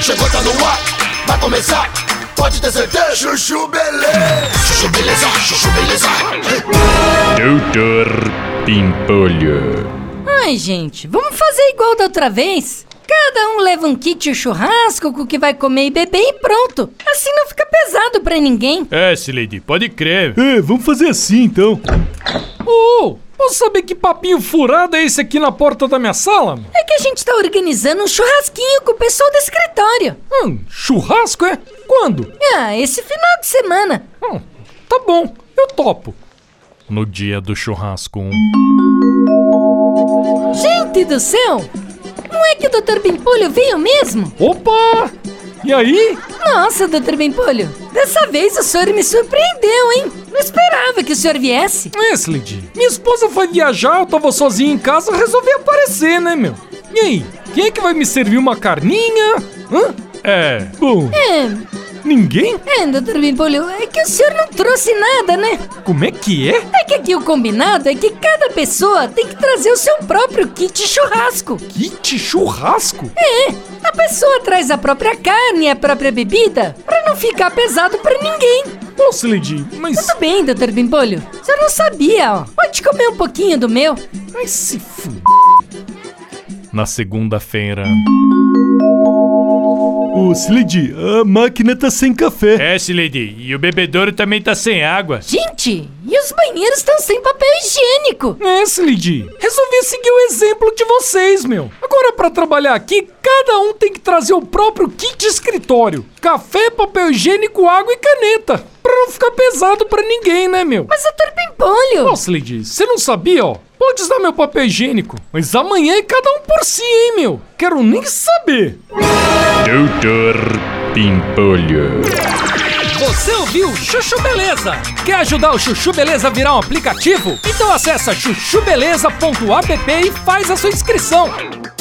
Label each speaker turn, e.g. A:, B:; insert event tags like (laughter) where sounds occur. A: Chegou, tá no ar, vai começar. Pode ter certeza. Chuchu beleza. Chuchu beleza, chuchu beleza.
B: Doutor Pimpolho.
C: Ai, gente, vamos fazer igual da outra vez? Cada um leva um kit churrasco com o que vai comer e beber e pronto. Assim não fica pesado pra ninguém.
D: É, Lady, pode crer.
E: É, vamos fazer assim então.
D: Ô, posso saber que papinho furado é esse aqui na porta da minha sala? meu?
C: É que a gente tá organizando um churrasquinho com o pessoal do escritório.
D: Hum, churrasco, é? Quando?
C: Ah, esse final de semana.
D: Hum, tá bom, eu topo. No dia do churrasco. um.
C: Gente do céu! Não é que o Dr. Pimpolho veio mesmo?
D: Opa! E aí?
C: Nossa, Dr. Pimpolho, dessa vez o senhor me surpreendeu, hein? Não esperava que o senhor viesse.
D: Lady, minha esposa foi viajar, eu tava sozinho em casa, resolvi aparecer, né, meu? E aí, quem é que vai me servir uma carninha? Hã? É, bom,
C: É,
D: ninguém?
C: é, Dr. Pimpolho, é que o senhor não trouxe nada, né?
D: Como é que é?
C: É que aqui o combinado é que cada pessoa tem que trazer o seu próprio kit churrasco.
D: Kit churrasco?
C: É, a pessoa traz a própria carne e a própria bebida pra não ficar pesado pra ninguém.
D: Nossa, Lady, mas...
C: Tudo bem, Dr. Bimpolho. Você não sabia, ó. Pode comer um pouquinho do meu.
D: Ai, se f... Na segunda-feira...
E: Ô, Slade, a máquina tá sem café.
D: (laughs) É, Lady, e o bebedouro também tá sem água.
C: Gente, e os banheiros estão sem papel higiênico.
D: É, Slid, resolvi seguir o exemplo de vocês, meu. Agora, pra trabalhar aqui, cada um tem que trazer o próprio kit de escritório: café, papel higiênico, água e caneta. Pra não ficar pesado pra ninguém, né, meu?
C: Mas, Dr. Bimpolho...
D: Ó, Slid, você não sabia, ó? Pode usar meu papel higiênico, mas amanhã é cada um por si, hein, meu? Quero nem saber.
B: Doutor Pimpolho.
D: Você ouviu Chuchu Beleza? Quer ajudar o Chuchu Beleza a virar um aplicativo? Então acessa chuchubeleza.app e faz a sua inscrição.